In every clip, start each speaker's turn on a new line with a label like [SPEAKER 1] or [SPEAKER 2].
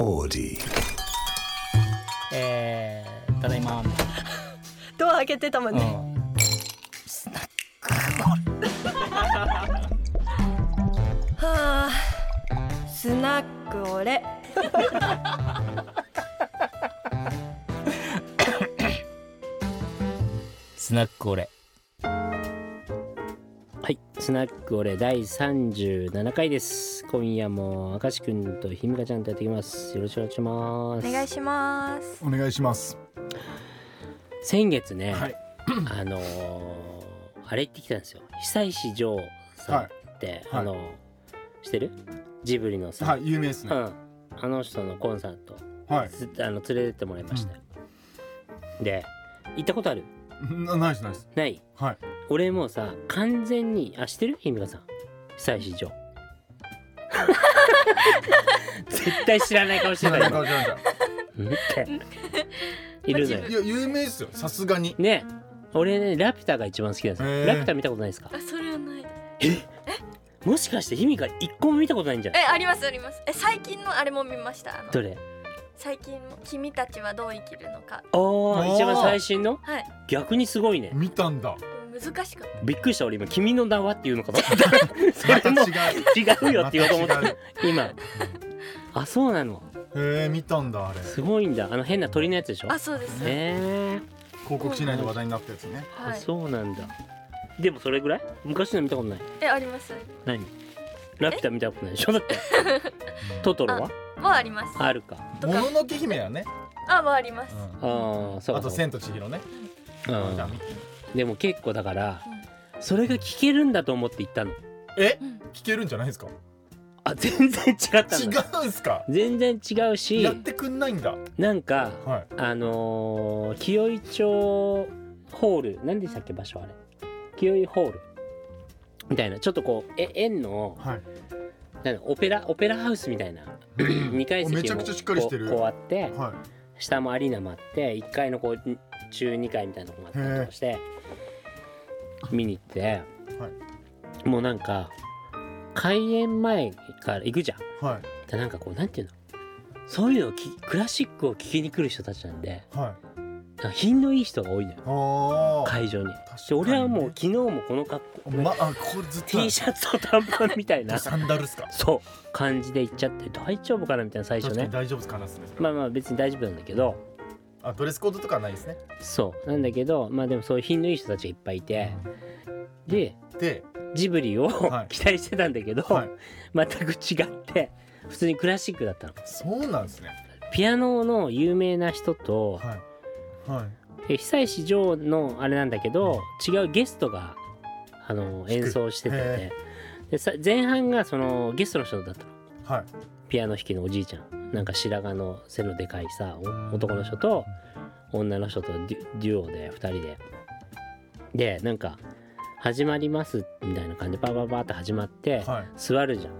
[SPEAKER 1] オーディ
[SPEAKER 2] えー、ただいまみたい
[SPEAKER 3] ドア開けてたもん
[SPEAKER 2] な、
[SPEAKER 3] ね、
[SPEAKER 2] うん
[SPEAKER 3] はあスナックオレ
[SPEAKER 2] スナックオレ
[SPEAKER 4] はい、スナックオレ第37回です。今夜も明石くんとひみかちゃんとやっていきます。よろしくお願いしま
[SPEAKER 3] お
[SPEAKER 4] す。
[SPEAKER 3] 願いします
[SPEAKER 5] お願いします。
[SPEAKER 4] 先月ね、
[SPEAKER 5] はい
[SPEAKER 4] あのーあれ行ってきたんですよ。久石譲さんって、
[SPEAKER 5] はい
[SPEAKER 4] あのー知ってるジブリのさ、
[SPEAKER 5] はい、有名です
[SPEAKER 4] う
[SPEAKER 5] ね。
[SPEAKER 4] ん、あの人のコンサート、
[SPEAKER 5] はい。
[SPEAKER 4] つあの連れてってもらいましたよ。で、行ったことある
[SPEAKER 5] なナイスナイス。
[SPEAKER 4] ない
[SPEAKER 5] はい。
[SPEAKER 4] 俺もうさ、完全に、あ、知ってるひみかさん。久石 譲。絶対知らない顔してたよ。
[SPEAKER 5] い
[SPEAKER 4] うんっているのよ。
[SPEAKER 5] や、有名ですよ。さすがに。
[SPEAKER 4] ね俺ねラピュタが一番好きなんですよ、
[SPEAKER 5] へー
[SPEAKER 4] ラピュタ見たことないですか
[SPEAKER 3] あそれはない
[SPEAKER 4] もしかしてひみか一個も見たことないんじゃな
[SPEAKER 3] え
[SPEAKER 4] い
[SPEAKER 3] ありますありますえ最近のあれも見ましたあの
[SPEAKER 4] どれ
[SPEAKER 3] 最近の君たちはどう生きるのか
[SPEAKER 4] ああ
[SPEAKER 5] ー
[SPEAKER 4] 一番最新の
[SPEAKER 3] はい
[SPEAKER 4] 逆にすごいね
[SPEAKER 5] 見 たんだ。
[SPEAKER 3] 難しかっ
[SPEAKER 4] びっくりした俺今「君の名は」って言うの かと思ったそれも
[SPEAKER 5] また違う。
[SPEAKER 4] 違うよって言おうと思った
[SPEAKER 5] また違う
[SPEAKER 4] 今あそうなの
[SPEAKER 5] へえ、見たんだあれ。
[SPEAKER 4] すごいんだあの変な鳥のやつでしょ
[SPEAKER 3] たあそうですね
[SPEAKER 4] えー
[SPEAKER 5] 広告しないで話題になったやつね。
[SPEAKER 4] あ
[SPEAKER 3] はい
[SPEAKER 4] そうなんだでもそれぐらい昔の見たことない
[SPEAKER 3] えあります
[SPEAKER 4] 何ラピュタ見たことないでし ょだってトトロは
[SPEAKER 3] はあります
[SPEAKER 4] あるか
[SPEAKER 3] と
[SPEAKER 5] も
[SPEAKER 3] か
[SPEAKER 5] ののけ姫やね。
[SPEAKER 3] あはあります
[SPEAKER 5] うん
[SPEAKER 4] ああそうかそ
[SPEAKER 5] あと
[SPEAKER 4] うか
[SPEAKER 5] 千と千尋ね。
[SPEAKER 4] うん
[SPEAKER 5] じゃあ見て
[SPEAKER 4] でも結構だから、それが聞けるんだと思って行ったの
[SPEAKER 5] え
[SPEAKER 3] うん、
[SPEAKER 5] 聞けるんじゃないですか。
[SPEAKER 4] あ全然違った
[SPEAKER 5] 違
[SPEAKER 4] の
[SPEAKER 5] うんすか。
[SPEAKER 4] 全然違うし
[SPEAKER 5] やってくんないんだ。
[SPEAKER 4] なんか
[SPEAKER 5] はい。
[SPEAKER 4] あのー、清井町ホール何でしたっけ場所あれ清井ホールみたいなちょっとこうえ円の
[SPEAKER 5] はい。
[SPEAKER 4] なんだオペラオペラハウスみたいな二階席も
[SPEAKER 5] めちゃくちゃしっかりしてる
[SPEAKER 4] こうこうあって
[SPEAKER 5] はい。
[SPEAKER 4] 下もアリーナもあって1階のこう中2階みたいなとこもあったりとかして見に行って、もうなんか開演前から行くじゃん
[SPEAKER 5] はい。
[SPEAKER 4] でなんかこうなんていうのそういうのをきクラシックを聴きに来る人たちなんで
[SPEAKER 5] はい。
[SPEAKER 4] なんか品のいい人が多いのよ
[SPEAKER 5] ああ。
[SPEAKER 4] 会場に。
[SPEAKER 5] 確かに
[SPEAKER 4] で
[SPEAKER 5] ね
[SPEAKER 4] 俺はもう昨日もこの格好、
[SPEAKER 5] まあ、これずっと
[SPEAKER 4] T シャツと短パンみたいな
[SPEAKER 5] サンダルっすか。
[SPEAKER 4] そう感じで行っちゃって大丈夫かなみたいな最初
[SPEAKER 5] 確か
[SPEAKER 4] ね
[SPEAKER 5] に大丈夫っすかなっすね。それ
[SPEAKER 4] まあまあ別に大丈夫なんだけど
[SPEAKER 5] あ、ドレスコードとかはないですね。
[SPEAKER 4] そうなんだけどまあでもそういう品のいい人たちがいっぱいいてで
[SPEAKER 5] で、
[SPEAKER 4] ジブリを、
[SPEAKER 5] はい
[SPEAKER 4] 期待してたんだけど、
[SPEAKER 5] はい。
[SPEAKER 4] 全く違って普通にクラシックだったの
[SPEAKER 5] そうなんですね。
[SPEAKER 4] ピアノの有名な人と
[SPEAKER 5] はい。はい。
[SPEAKER 4] え久石譲のあれなんだけど違うゲストがあの
[SPEAKER 5] 弾く
[SPEAKER 4] 演奏してて
[SPEAKER 5] へ
[SPEAKER 4] でさ前半がそのゲストの人だったの
[SPEAKER 5] はい。
[SPEAKER 4] ピアノ弾きのおじいちゃんなんか白髪の背のでかいさお男の人と女の人とデュデュオで2人ででなんか「始まります」みたいな感じでバババーって始まって
[SPEAKER 5] はい。
[SPEAKER 4] 座るじゃん。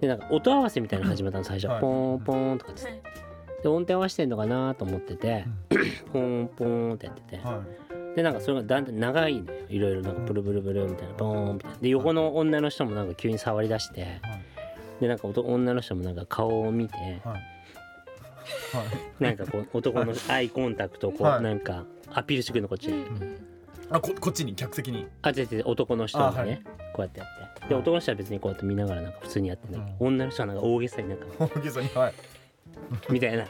[SPEAKER 4] でなんか音合わせみたいなの始まったの最初、
[SPEAKER 5] はい
[SPEAKER 4] ポーンポーンとかっつっ
[SPEAKER 3] は
[SPEAKER 4] て
[SPEAKER 3] い
[SPEAKER 4] で音程合わせてんのかなと思ってて、 ポーンポーンってやってて、
[SPEAKER 5] はい。
[SPEAKER 4] でなんかそれがだんだん長いのよいろいろなんかブルブルブルみたいなボーンみたいなで横の女の人もなんか急に触り出して、でなんかおと女の人もなんか顔を見て、
[SPEAKER 5] はい。
[SPEAKER 4] なんかこう男のアイコンタクトをこう、
[SPEAKER 5] はい
[SPEAKER 4] なんかアピールしてくるのこっちに、
[SPEAKER 5] あ、こ、こっちに客席に。
[SPEAKER 4] あ違う違う男の人がね、
[SPEAKER 5] あはい
[SPEAKER 4] こうやってやってで
[SPEAKER 5] はい
[SPEAKER 4] 男の人は別にこうやって見ながらなんか普通にやってんだけど、女の人はなんか大げさ になんか
[SPEAKER 5] 大げさに。はい。
[SPEAKER 4] みたいな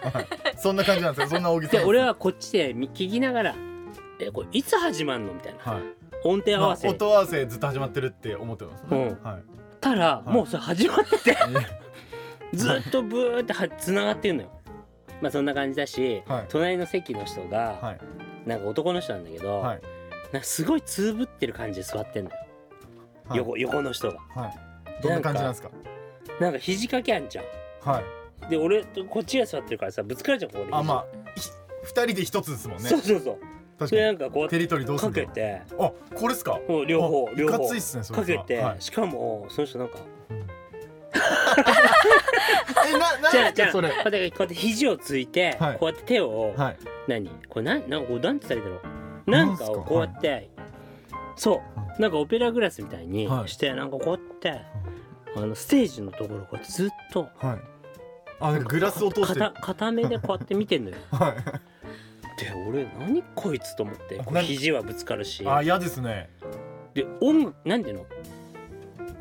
[SPEAKER 5] そんな感じなんですよ。そんな大げさ
[SPEAKER 4] で
[SPEAKER 5] に。
[SPEAKER 4] 俺はこっちでみ聞きながら「えこれいつ始まんの?」みたいな
[SPEAKER 5] はい。
[SPEAKER 4] 音程
[SPEAKER 5] ま
[SPEAKER 4] 合
[SPEAKER 5] あ
[SPEAKER 4] わせ
[SPEAKER 5] 音合わせずっと始まってるって思ってますね。
[SPEAKER 4] うん
[SPEAKER 5] はい。
[SPEAKER 4] たら、
[SPEAKER 5] い
[SPEAKER 4] もうそれ始まって ずっとブーっては繋がってんのよ。まあそんな感じだし、
[SPEAKER 5] はい
[SPEAKER 4] 隣の席の人が、
[SPEAKER 5] はい。
[SPEAKER 4] なんか男の人なんだけど、
[SPEAKER 5] はい。
[SPEAKER 4] なんかすごいつぶってる感じで座ってんのよ、
[SPEAKER 5] はい。
[SPEAKER 4] 横横の人が。
[SPEAKER 5] はい。どんな感じなんですか。
[SPEAKER 4] なんか肘掛けあんじゃん。
[SPEAKER 5] はい。
[SPEAKER 4] で俺とこっちが座ってるからさぶつかるじゃんここで。
[SPEAKER 5] あ、まあ、ひ二人で一つですもんね
[SPEAKER 4] そう。そうそう。
[SPEAKER 5] 確
[SPEAKER 4] そ
[SPEAKER 5] か
[SPEAKER 4] れ
[SPEAKER 5] に。
[SPEAKER 4] なんかこ
[SPEAKER 5] テ
[SPEAKER 4] う
[SPEAKER 5] リトリーどう
[SPEAKER 4] か
[SPEAKER 5] するんだ
[SPEAKER 4] け
[SPEAKER 5] ろ
[SPEAKER 4] て。
[SPEAKER 5] う。あ、これですか。
[SPEAKER 4] もう両方
[SPEAKER 5] あ
[SPEAKER 4] 両方
[SPEAKER 5] いかついっすね。それ
[SPEAKER 4] か
[SPEAKER 5] は
[SPEAKER 4] けて、
[SPEAKER 5] はい
[SPEAKER 4] しかもその人なんか
[SPEAKER 5] え、な、なん
[SPEAKER 4] じゃあ
[SPEAKER 5] で
[SPEAKER 4] じ
[SPEAKER 5] す
[SPEAKER 4] ゃ
[SPEAKER 5] か
[SPEAKER 4] あこ
[SPEAKER 5] そうれ。
[SPEAKER 4] やってこうやって肘をついて、
[SPEAKER 5] はい
[SPEAKER 4] こうやって手を、
[SPEAKER 5] はい。
[SPEAKER 4] 何これなんなんこうなんて言ったらいいんだろうなんかを
[SPEAKER 5] なんすか
[SPEAKER 4] こうやって、そうなんかオペラグラスみたいに
[SPEAKER 5] はい
[SPEAKER 4] して、なんかこうやって、あのステージのところをこうやってずっと
[SPEAKER 5] はい。あなんかグラスを通して
[SPEAKER 4] 片片目でこうやって見てんのよ
[SPEAKER 5] は
[SPEAKER 4] で俺何こいつと思ってこう
[SPEAKER 5] なん
[SPEAKER 4] 肘はぶつかるし
[SPEAKER 5] いあ嫌ですね
[SPEAKER 4] で音楽なんていうの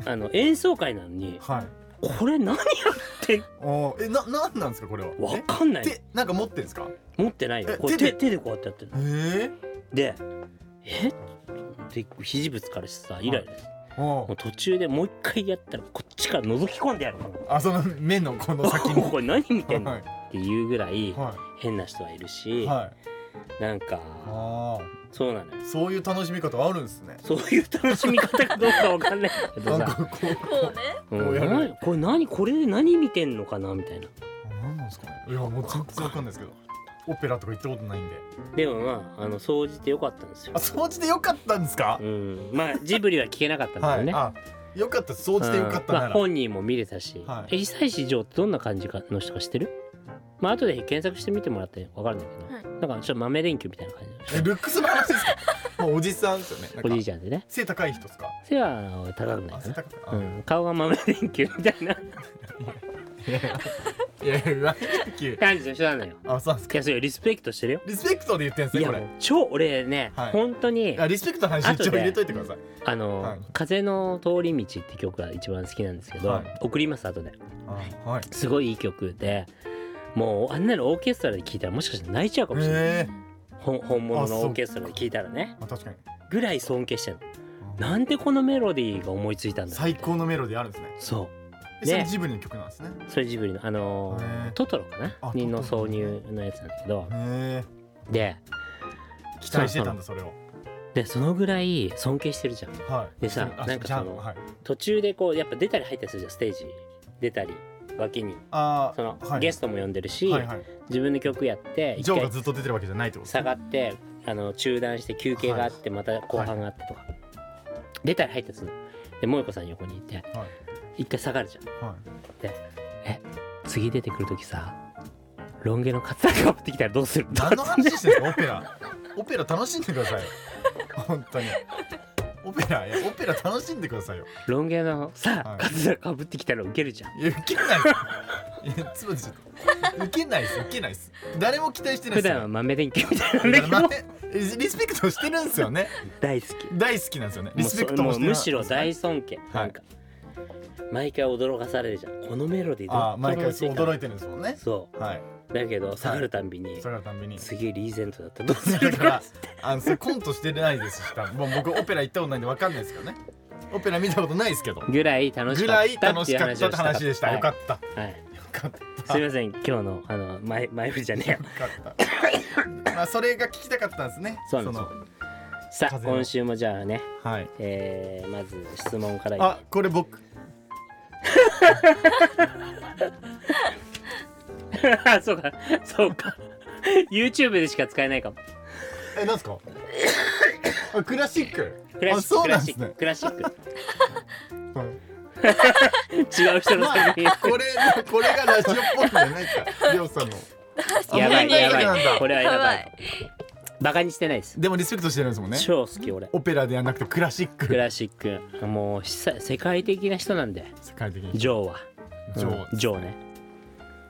[SPEAKER 4] あの演奏会なのに
[SPEAKER 5] はい
[SPEAKER 4] これ何やって
[SPEAKER 5] おーえななんなんですかこれは
[SPEAKER 4] わかんな
[SPEAKER 5] え
[SPEAKER 4] い
[SPEAKER 5] 手なんか持ってんですか
[SPEAKER 4] 持ってないよ
[SPEAKER 5] え
[SPEAKER 4] これ
[SPEAKER 5] 手
[SPEAKER 4] 手
[SPEAKER 5] で
[SPEAKER 4] 手でこうやってやってる
[SPEAKER 5] えー、
[SPEAKER 4] でえで肘ぶつかるしさイライラ
[SPEAKER 5] お
[SPEAKER 4] もう
[SPEAKER 5] ー
[SPEAKER 4] 途中でもう一回やったらこっちから覗き込んでやるから
[SPEAKER 5] あその目のこの先 に
[SPEAKER 4] これ何見てんの
[SPEAKER 5] は
[SPEAKER 4] っ
[SPEAKER 5] い
[SPEAKER 4] ていうぐらい
[SPEAKER 5] は
[SPEAKER 4] 変な人はいる
[SPEAKER 5] い
[SPEAKER 4] し
[SPEAKER 5] はい
[SPEAKER 4] なんか
[SPEAKER 5] あ
[SPEAKER 4] そうなのよ
[SPEAKER 5] あそういう楽しみ方あるんですね
[SPEAKER 4] そういう楽しみ方かどうかわかんないけ
[SPEAKER 5] な
[SPEAKER 4] ど
[SPEAKER 5] ん
[SPEAKER 4] さ
[SPEAKER 5] かこう
[SPEAKER 3] こうね
[SPEAKER 4] う
[SPEAKER 5] こうんやる
[SPEAKER 4] なこれ何これで何見てんのかなみたいな
[SPEAKER 5] なんなんですかねいやもう全然わかんないですけどオペラとか行ったことないんで
[SPEAKER 4] でもまああの掃除てよかったんですよ
[SPEAKER 5] あ掃除でよかったんですか
[SPEAKER 4] うんまあジブリは聞けなかったんだ
[SPEAKER 5] は
[SPEAKER 4] よ
[SPEAKER 5] い
[SPEAKER 4] ね
[SPEAKER 5] あよかった掃除でよかっ
[SPEAKER 4] うん
[SPEAKER 5] たな
[SPEAKER 4] まあ、
[SPEAKER 5] ら
[SPEAKER 4] 本人も見れたし、
[SPEAKER 5] はい
[SPEAKER 4] え久石譲ってどんな感じかの人か知ってるまあ後で検索してみてもらってわかるんだけど、なんかちょっと豆電球みたいな感
[SPEAKER 5] えルックスの話です かもうおじさんですよねなん
[SPEAKER 4] じお
[SPEAKER 5] か
[SPEAKER 4] じいちゃんでね
[SPEAKER 5] 背高い人ですか
[SPEAKER 4] 背は高くない
[SPEAKER 5] あ
[SPEAKER 4] か
[SPEAKER 5] 背
[SPEAKER 4] な、
[SPEAKER 5] 高く
[SPEAKER 4] う
[SPEAKER 5] ない
[SPEAKER 4] ん、顔が豆電球みたいな
[SPEAKER 5] あいやいやラッキー
[SPEAKER 4] 感じの人なのよ
[SPEAKER 5] あそうなんです
[SPEAKER 4] いやそれリスペクトしてるよ
[SPEAKER 5] リスペクトで言ってんす
[SPEAKER 4] い
[SPEAKER 5] ね
[SPEAKER 4] や
[SPEAKER 5] こ
[SPEAKER 4] も
[SPEAKER 5] れ
[SPEAKER 4] う超俺ね、
[SPEAKER 5] はい
[SPEAKER 4] 本当に
[SPEAKER 5] あリスペクトの話一応入れといてください
[SPEAKER 4] あの、
[SPEAKER 5] はい
[SPEAKER 4] 風の通り道」って曲が一番好きなんですけど、
[SPEAKER 5] はい
[SPEAKER 4] 送ります後で
[SPEAKER 5] あはい
[SPEAKER 4] すごいいい曲でもうあんなのオーケストラで聴いたらもしかしたら泣いちゃうかもしれない、
[SPEAKER 5] ええ
[SPEAKER 4] 本本物
[SPEAKER 5] あそ
[SPEAKER 4] の
[SPEAKER 5] う
[SPEAKER 4] オーケストラで聴いたらね
[SPEAKER 5] あ確かに
[SPEAKER 4] ぐらい尊敬してる
[SPEAKER 5] うん
[SPEAKER 4] なんでこのメロディーが思いついたんだ
[SPEAKER 5] 最高のメロディーあるんですね
[SPEAKER 4] そ
[SPEAKER 5] えそれ
[SPEAKER 4] ね
[SPEAKER 5] ジブリの曲なんですね
[SPEAKER 4] うそれジブリのあのー
[SPEAKER 5] へえ
[SPEAKER 4] トトロかな
[SPEAKER 5] あ
[SPEAKER 4] にの
[SPEAKER 5] トトロ
[SPEAKER 4] 挿入のやつなんだけど
[SPEAKER 5] ええ
[SPEAKER 4] で
[SPEAKER 5] 期待してたんだそれを
[SPEAKER 4] でそのぐらい尊敬してるじゃん
[SPEAKER 5] はい
[SPEAKER 4] でさ
[SPEAKER 5] あ
[SPEAKER 4] なんか
[SPEAKER 5] じゃあ
[SPEAKER 4] その
[SPEAKER 5] はい
[SPEAKER 4] 途中でこうやっぱ出たり入ったりするじゃんステージ出たり脇に
[SPEAKER 5] あ
[SPEAKER 4] その、
[SPEAKER 5] はい
[SPEAKER 4] ゲストも呼んでるし、
[SPEAKER 5] はいはい
[SPEAKER 4] 自分の曲やって一
[SPEAKER 5] ジョーが
[SPEAKER 4] 回
[SPEAKER 5] ずっと出てるわけじゃないってこと
[SPEAKER 4] 下がってあの中断して休憩があってまた後半があってとか、出たり入ったりするので萌子さん横にいて
[SPEAKER 5] はい
[SPEAKER 4] 一回下がるじゃん
[SPEAKER 5] は
[SPEAKER 4] 次出てくる時さロン毛のカツラかぶってきたらどうする
[SPEAKER 5] い何の話してんのオペラオペラ楽しんでくださいよ本当にオペラいやオペラ楽しんでくださいよ
[SPEAKER 4] ロン毛のさ、
[SPEAKER 5] はい
[SPEAKER 4] カツラかぶってきたらウケるじゃん
[SPEAKER 5] いやウケないですいやつまりちょっとウケないですウケないです誰も期待してない
[SPEAKER 4] 普
[SPEAKER 5] です
[SPEAKER 4] 段は豆電球みたいなんだ
[SPEAKER 5] だ
[SPEAKER 4] け
[SPEAKER 5] か
[SPEAKER 4] ど
[SPEAKER 5] ら 待ってえリスペクトしてるんですよね
[SPEAKER 4] 大好き
[SPEAKER 5] 大好きなんですよねリスペクト
[SPEAKER 4] もう
[SPEAKER 5] もし
[SPEAKER 4] そ
[SPEAKER 5] て
[SPEAKER 4] むしろ大尊敬、
[SPEAKER 5] い
[SPEAKER 4] なんか毎回驚かされるじゃんこのメロディー
[SPEAKER 5] あー毎回そう驚
[SPEAKER 4] い
[SPEAKER 5] いてるんですもんね
[SPEAKER 4] そ
[SPEAKER 5] はいう
[SPEAKER 4] だけど下がるたんびに、
[SPEAKER 5] それがたんびに
[SPEAKER 4] 次リーゼントだったらどうす
[SPEAKER 5] だ
[SPEAKER 4] る
[SPEAKER 5] か
[SPEAKER 4] から
[SPEAKER 5] あのそれコントしてないですし多分もう僕オペラ行ったことないんでわかんないですけどねオペラ見たことないですけど
[SPEAKER 4] ぐらい楽し
[SPEAKER 5] ぐ
[SPEAKER 4] からっ
[SPEAKER 5] い
[SPEAKER 4] たっ
[SPEAKER 5] 楽
[SPEAKER 4] て
[SPEAKER 5] し
[SPEAKER 4] いう
[SPEAKER 5] か
[SPEAKER 4] 話
[SPEAKER 5] った
[SPEAKER 4] をした
[SPEAKER 5] って話でしたよかったよ
[SPEAKER 4] た、はい、
[SPEAKER 5] かったよ
[SPEAKER 4] すいません今日のあの前前振りじゃねえ よ
[SPEAKER 5] か ったまあそれが聞きたかったんですね
[SPEAKER 4] そうなんですよさあ
[SPEAKER 5] 風の
[SPEAKER 4] 今週もじゃあね、
[SPEAKER 5] のはい
[SPEAKER 4] えー、まず質問からい
[SPEAKER 5] あこれ僕
[SPEAKER 4] そうかそうか YouTube でしか使えないかも
[SPEAKER 5] えなんですかあクラシック
[SPEAKER 4] クラ
[SPEAKER 5] あ
[SPEAKER 4] シック
[SPEAKER 5] そう
[SPEAKER 4] ク
[SPEAKER 5] な
[SPEAKER 4] ラ
[SPEAKER 5] んで
[SPEAKER 4] シ
[SPEAKER 5] す
[SPEAKER 4] ック
[SPEAKER 5] ね
[SPEAKER 4] クラシック
[SPEAKER 5] はい
[SPEAKER 4] 違う人の
[SPEAKER 5] ま あ
[SPEAKER 4] 作品
[SPEAKER 5] これこれがラジオっぽいんじゃないですかりょうさんのあ
[SPEAKER 4] やば
[SPEAKER 5] こ
[SPEAKER 4] い
[SPEAKER 5] れ
[SPEAKER 4] や
[SPEAKER 5] が
[SPEAKER 4] ば
[SPEAKER 5] ないんだ
[SPEAKER 4] これはや
[SPEAKER 3] や
[SPEAKER 4] ば
[SPEAKER 3] ば
[SPEAKER 4] い
[SPEAKER 3] い
[SPEAKER 4] バカにしてないです
[SPEAKER 5] でもリスペクトしてるんですもんね
[SPEAKER 4] 超好き俺
[SPEAKER 5] オペラではなくてクラシッ
[SPEAKER 4] ク
[SPEAKER 5] ク
[SPEAKER 4] ラシックもう世世界的な人なんで
[SPEAKER 5] 世界的に
[SPEAKER 4] ジョーは
[SPEAKER 5] ジョー
[SPEAKER 4] うんジョーね